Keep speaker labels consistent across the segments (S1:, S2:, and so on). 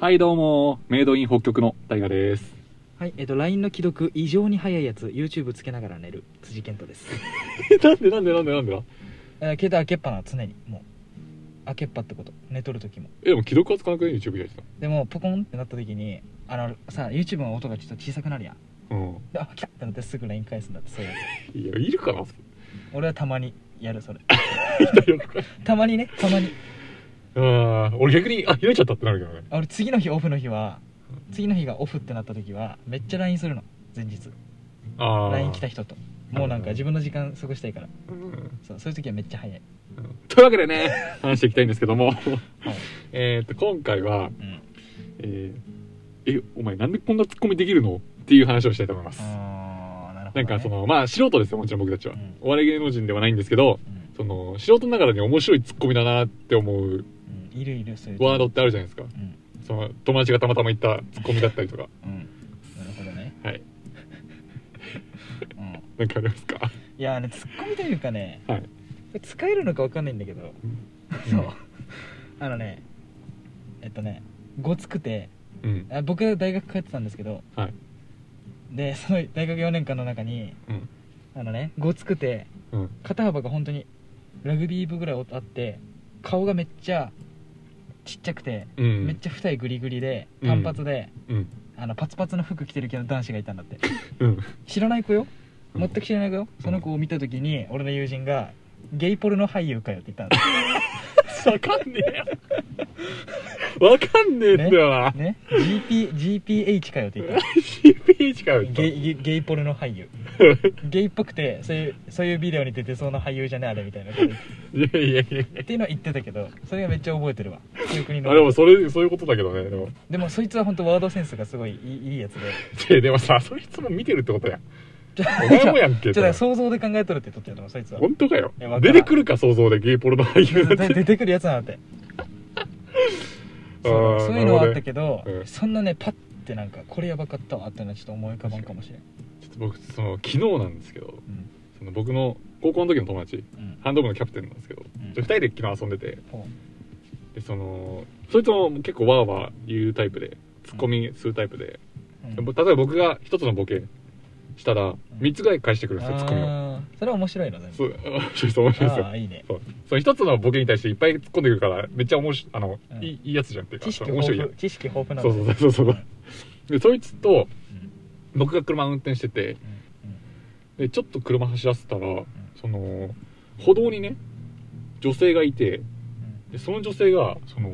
S1: はいどうもメイドイン北極の大河です
S2: はい、えっと LINE の既読異常に早いやつ YouTube つけながら寝る辻健人です
S1: なんでなんでなんでなんでだ
S2: えー携帯開けっぱな常にもう開けっぱってこと寝とる時も
S1: えでも既読はつかなくて YouTube やって
S2: でもポコンってなった時にあのさ YouTube の音がちょっと小さくなるやん
S1: たうん
S2: であ来たってなってすぐ LINE 返すんだってそういうや
S1: いやいるかなそ
S2: つ俺はたまにやるそれ
S1: れ いたよ
S2: たまにねたまに
S1: あー俺逆にあ開いちゃったってなるけどね
S2: あ俺次の日オフの日は次の日がオフってなった時はめっちゃ LINE するの前日
S1: ああ
S2: LINE 来た人ともうなんか自分の時間過ごしたいから
S1: うん
S2: そうそういう時はめっちゃ早い、
S1: というわけでね話していきたいんですけども
S2: はい
S1: えーっと今回は
S2: うん、
S1: えーえお前なんでこんなツッコミできるのっていう話をしたいと思います
S2: あーな
S1: な
S2: るほど、ね、
S1: んかそのまあ素人ですよもちろん僕たちは、
S2: うん
S1: お笑い芸能人ではないんですけど
S2: うん
S1: その素人ながらに面白いツッコミだなって思う
S2: うんいるいるそういう
S1: ワードってあるじゃないですか
S2: うん
S1: その友達がたまたま言ったツッコミだったりとか
S2: うんなるほどね
S1: はい
S2: うん
S1: なんかありますか
S2: いやあのツッコミというかね
S1: はい
S2: これ使えるのかわかんないんだけどそう あのねえっとねごつくて
S1: うん
S2: あ僕大学通ってたんですけど
S1: はい
S2: でその大学4年間の中に
S1: うん
S2: あのねごつくて
S1: うん
S2: 肩幅が本当にラグビー部ぐらいあって顔がめっちゃちっちゃくて
S1: うん
S2: めっちゃ二重グリグリで単発で、
S1: うん
S2: あのパツパツの服着てる系の男子がいたんだって
S1: うん
S2: 知らない子よ
S1: うん
S2: 全く知らない子よ、その子を見た時に俺の友人が「ゲイポルの俳優かよ」って言った んだ
S1: わかんねえわかんねえんだよな、
S2: ね GP GPH かよって言った
S1: CPH かよ
S2: ゲイゲイゲイポルの俳 優ゲイっぽくてそういうそういうビデオに出てそうな俳優じゃねえあれみたいなこと言っ
S1: いやいやいやい
S2: てっていうのは言ってたけどそれがめっちゃ覚えてるわ記憶に
S1: やあで
S2: 残
S1: も
S2: る
S1: それそういうことだけどねでも
S2: でもそいつは本当ワードセンスがすごいいいいいやつで
S1: ででもさそいつも見てるってことやん
S2: ちょ
S1: お前もやんけ
S2: ちょっと
S1: それ
S2: 想像で考えとるって言っとったよでもそいつは
S1: 本当かよ
S2: いやわか
S1: 出
S2: らん
S1: てくるか想像でゲイポルの俳優なん
S2: 出
S1: て
S2: 出てくるやつなんだってそう
S1: あー
S2: そういうのはあったけど
S1: なるほどねうん
S2: そんなねパッてなんかこれやばかったわってのはちょっと思い浮かばんかもしれん、
S1: ちょっと僕その昨日なんですけど
S2: うん
S1: その僕の高校の時の友達
S2: うん
S1: ハンド部のキャプテンなんですけど
S2: うん
S1: 2人で昨日遊んでて
S2: ほ
S1: でそのそいつも結構ワーワー言うタイプでツッコミするタイプで、
S2: う
S1: 例えば僕が1つのボケしたら3つぐらい返してくるんですよツッコミを
S2: あーそれは面白いの全部
S1: そう面白いです面白いです
S2: あ
S1: よ
S2: あーいいね
S1: そうその1つのボケに対していっぱい突っ込んでくるからめっちゃ面白いあの、
S2: うん
S1: いいいいやつじゃんっていうか
S2: 知識
S1: その面
S2: 豊
S1: 白いや
S2: 富知識豊富なん
S1: そうそうそうそうそうでそいつと
S2: うん
S1: 僕が車運転しててでちょっと車走らせたらその歩道にね女性がいてでその女性がその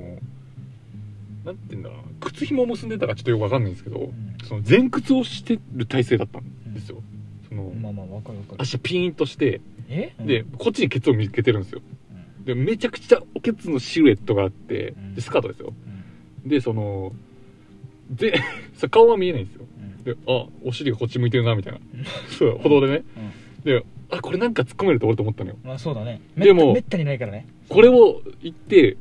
S1: なんて言うんだろうな靴紐を結んでたかちょっとよくわかんないんですけど、その前屈をしてる体勢だったんですよ、その、
S2: うんまあまあわかるわかる
S1: 足ピーンとして
S2: え
S1: でこっちにケツを見つけてるんですよ
S2: うん
S1: でめちゃくちゃおケツのシルエットがあって
S2: うん
S1: でスカートですよ
S2: うん
S1: でその でそう顔は見えないんですよ
S2: うん
S1: であお尻がこっち向いてるなみたいな
S2: うん
S1: そう歩道でね
S2: うん
S1: であこれなんか突っ込めると俺と思ったのよ
S2: まあそうだねめ
S1: でも
S2: めったにないからね
S1: これを言って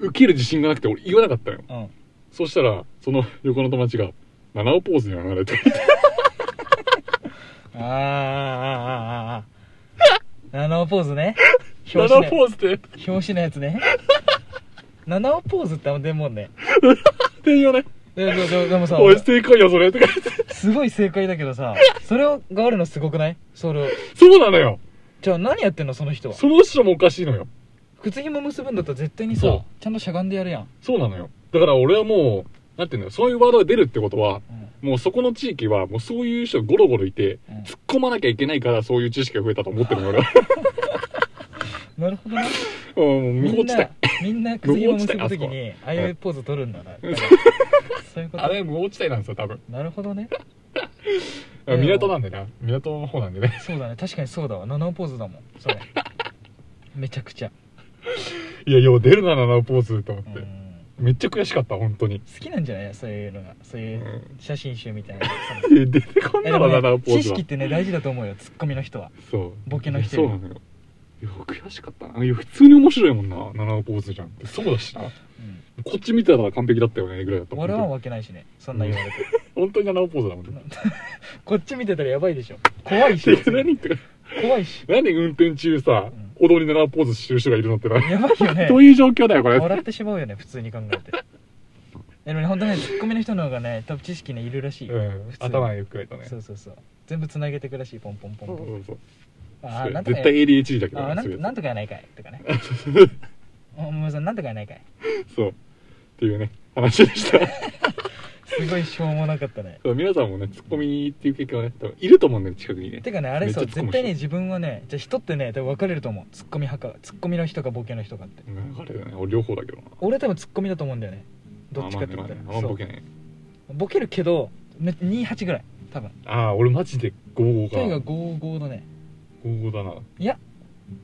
S1: 受ける自信がなくて俺言わなかったのよ
S2: うん
S1: そしたらその横の友達が「七尾ポーズにはなれ」て
S2: あーあーあーあーあーナノポーズね
S1: 「七
S2: 表紙
S1: 尾
S2: ね
S1: ポーズ」って
S2: 表紙のやつね 七尾ポーズってあんま出んもんね
S1: 言うよね
S2: ででででも
S1: 「
S2: さ
S1: おい正解よそれ」とか言って
S2: すごい正解だけどさそれがあるのすごくないそれを
S1: そうなのよ
S2: じゃあ何やってんのその人は
S1: その人もおかしいのよ
S2: 靴紐結ぶんだったら絶対に
S1: そ
S2: さ
S1: う
S2: ちゃんとしゃがんでやるやん、
S1: そうなのよだから俺はもうなんていうのそういうワードが出るってことは
S2: うん
S1: もうそこの地域はもうそういう人がゴロゴロいて
S2: うん
S1: 突っ込まなきゃいけないからそういう知識が増えたと思ってるの 俺は
S2: なるほどな
S1: うんもう無
S2: み
S1: 法
S2: ん
S1: 地帯
S2: なみんな 靴紐結ぶ時にああいうポーズ取るんだなだからそういうこ
S1: あ
S2: と
S1: れ無法地帯なんですよ多分
S2: なるほどねうん
S1: 港なんでな港の方なんでね
S2: そうだね確かにそうだわ七尾ポーズだもんそれめちゃくちゃ
S1: いやよう出るな七尾ポーズと思っ
S2: う
S1: て
S2: ん
S1: めっちゃ悔しかった本当に
S2: 好きなんじゃないそういうのがそういう写真集みたいな
S1: え出てこん
S2: え
S1: な
S2: で
S1: の
S2: もね
S1: 七尾ポー
S2: 知
S1: ズは
S2: 識ってね大事だと思うよツッコミの人は
S1: そう
S2: ボケの人
S1: そうなのよいや悔しかったないや普通に面白いもんな七尾ポーズじゃんってそうだしなこっち見たら完璧だったよねぐらいだった
S2: 笑わんわけないしねそんな言われて
S1: 本当に七尾ポーズだもんね
S2: こっち見てたらやばいでしょ怖いし
S1: いや 何とか
S2: 怖いし
S1: 何運転中さ
S2: うん、
S1: おどりなポーズしてる人がいるのってな。
S2: やばいよね
S1: どういう状況だよ、これ。
S2: 笑ってしまうよね普通に考えてでもね本当ねツッコミの人の方がね多分知識ねいるらしい、
S1: うん
S2: 普通に
S1: 頭がよくえたね
S2: そうそうそう全部つなげてくらしいポンポンポン
S1: そ
S2: ポ
S1: う
S2: ン、
S1: そうそう
S2: あーなんとか
S1: 絶対 ADHD だけ
S2: あー
S1: ど
S2: な
S1: ねそうんいう
S2: な
S1: や
S2: んとかやないかいと かねお前さんなんとかやないかい
S1: つそうっていうね話でした
S2: すごいしょうもなかったね
S1: そう皆さんもねツッコミっていう経験はね多分いると思うんだよ近くにね
S2: てかねあれそう
S1: めっちゃ突っ込む
S2: 絶対ね自分はねじゃあ人ってね多分分かれると思うツッコミ派かツッコミの人かボケの人かって
S1: うんあれだね俺両方だけどな
S2: 俺多分ツッコミだと思うんだよねどっちかって言ったら
S1: あまあねまあねあんまボケ
S2: そう
S1: ない
S2: ボケるけどめ28ぐらい多分
S1: ああ俺マジで55
S2: ペイが
S1: が
S2: 55だね
S1: 55だない
S2: や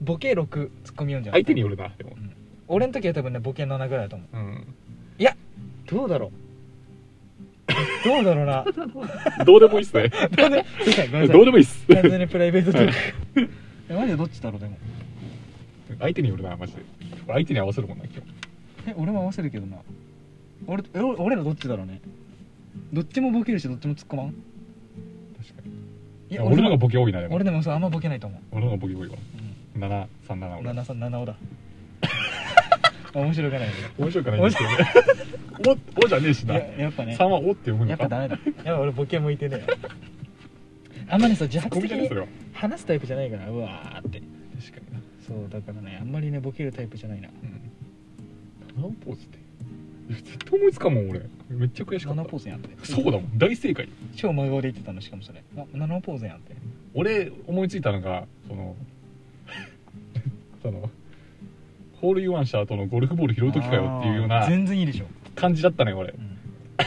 S2: ボケ6ツッコミ4じゃん
S1: 相手によるなでも
S2: 俺の時は多分ねボケ7ぐらいだと思う
S1: うん
S2: どう だろうどうだろうな
S1: どうでもいいっすね
S2: どうでごめんな さいごめんなさい
S1: どうでもいいっす
S2: 完全にプライベートトークえマジでどっちだろうでも
S1: 相手によるなマジで俺相手に合わせるもんな今日
S2: え俺も合わせるけどな俺えお俺らどっちだろうねどっちもボケるしどっちも突っ込まん
S1: 確かに
S2: い
S1: いや俺の方が
S2: ボ
S1: ボケ多いなでも
S2: 俺でもそうあんまボケないと思う、
S1: 俺の方がボケ多いわ
S2: うん、
S1: 737俺
S2: 7 3 7 5だ あ面白くないね
S1: 面白くないんですけどねおおじゃねえし
S2: い
S1: な
S2: ややっぱね
S1: 3はおって読む
S2: や
S1: の
S2: っぱダ
S1: か
S2: メだやっぱ俺ボケ向いてねえわあんまりさ
S1: ツ
S2: 自
S1: ッ
S2: 発
S1: コミ
S2: 的
S1: じゃねえそれ
S2: に
S1: は
S2: 話すタイプじゃないからうわーって
S1: 確かにな
S2: そうだからねあんまりねボケるタイプじゃないな
S1: うん7ポーズって絶対思いつかんもん俺めっちゃ悔しかった
S2: 7ポーズやんって
S1: そうだもん大正解
S2: 超真顔で言ってたのしかもそれあ7ポーズやんって
S1: 俺思いついたのがその そのホールインワンした後のゴルフボール拾う時かよっていうよう
S2: あー
S1: な
S2: 全然いいでしょ、
S1: 感じだったね俺
S2: うん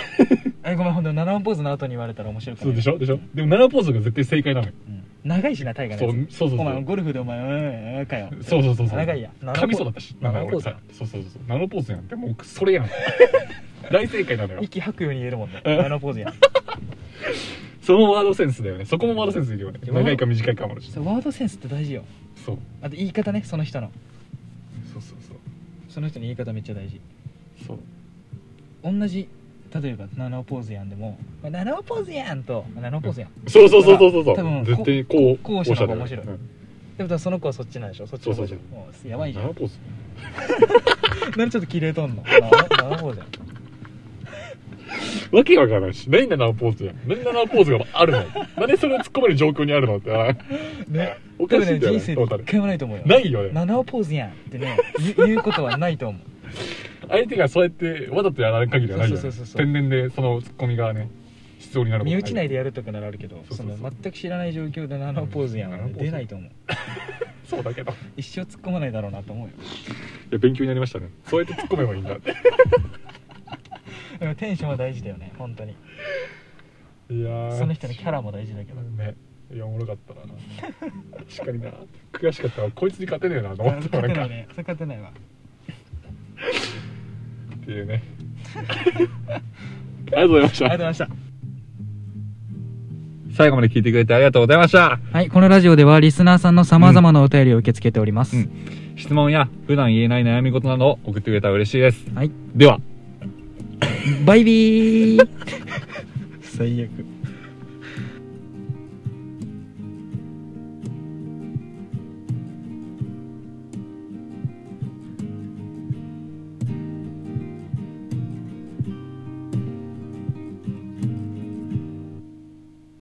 S2: えごめんほんと7ポーズの後に言われたら面白くない
S1: そうでしょでしょでも7ポーズが絶対正解なのよ
S2: うん長いしなタイガー
S1: そう
S2: のや
S1: そうそ
S2: つ
S1: う
S2: お
S1: そう
S2: 前ゴルフでお前うんうんかよ
S1: そうそうそうそう
S2: 長いや7
S1: 神そうだったし
S2: ナノポーズ
S1: 俺さそうそうそうナノポーズやんってもうそ れやん大正解なのよ
S2: 息吐くように言えるもんね
S1: うん
S2: 7ポーズやん
S1: そのワードセンスだよねそこもワードセンスいるよね
S2: いや
S1: 長いか短いかもあるしそ
S2: そううワードセンスって大事よ
S1: そう
S2: あと言い方ねその人の
S1: そうそうそう
S2: その人の言い方めっちゃ大事
S1: そう
S2: 同じ例えば7ポーズやんでも「7ポーズやん!」と「7ポーズやん
S1: そうそうそうそうそう
S2: 多分
S1: 絶対こう
S2: こうした方が面白い
S1: こうした方が
S2: でも多分その子はそっちなんでしょそっちの方じゃん
S1: そう
S2: もうやばいじゃ
S1: ナ
S2: ん
S1: ノポーズ
S2: なんでちょっとキレとんの ?7 ポーズやん
S1: わけわからないし何でナノポーズやん何でナノポーズがあるのなんでそれを突っ込める状況にあるのってあ
S2: ね
S1: おかしいんだよね
S2: 多分ね人生
S1: ト
S2: で
S1: ータル
S2: 一回もないと思うよ
S1: ないよね
S2: 七尾ポーズやんってね言う言うことはないと思う
S1: 相手がそうやってわざとやらない限りはないよ
S2: そ
S1: ね
S2: うそうそうそう
S1: 天然でその突っ込みがね必要になる
S2: 身内内
S1: で
S2: でやるとかならあるけど
S1: そう
S2: そ
S1: そうそう
S2: の全く知らない状況で七尾ポーズやんはね
S1: うん
S2: 出ないと思う
S1: そうだけどい
S2: 一生突っ込まないだろうなと思うよ
S1: や勉強になりましたねそうやって突っ込めばいいんだって
S2: でもテンションは大事だよね本当に
S1: いやー
S2: その人のキャラも大事だけど
S1: ねいやおもろかったな確かにな悔しかったわこいつに勝てねえなと思っ
S2: 勝
S1: て
S2: て
S1: たなんか
S2: ないねそれ勝てないわ
S1: っていうねありがとうございまし
S2: あ
S1: た
S2: りがとうございまし
S1: 最後まで聞いてくれてありがとうございました
S2: たはいこのラジオではリスナーさんのさまざまなお便りを受け付けております、
S1: うん質問や普段言えない悩み事などを送ってくれたら嬉しいです
S2: はい
S1: では
S2: バイビー最悪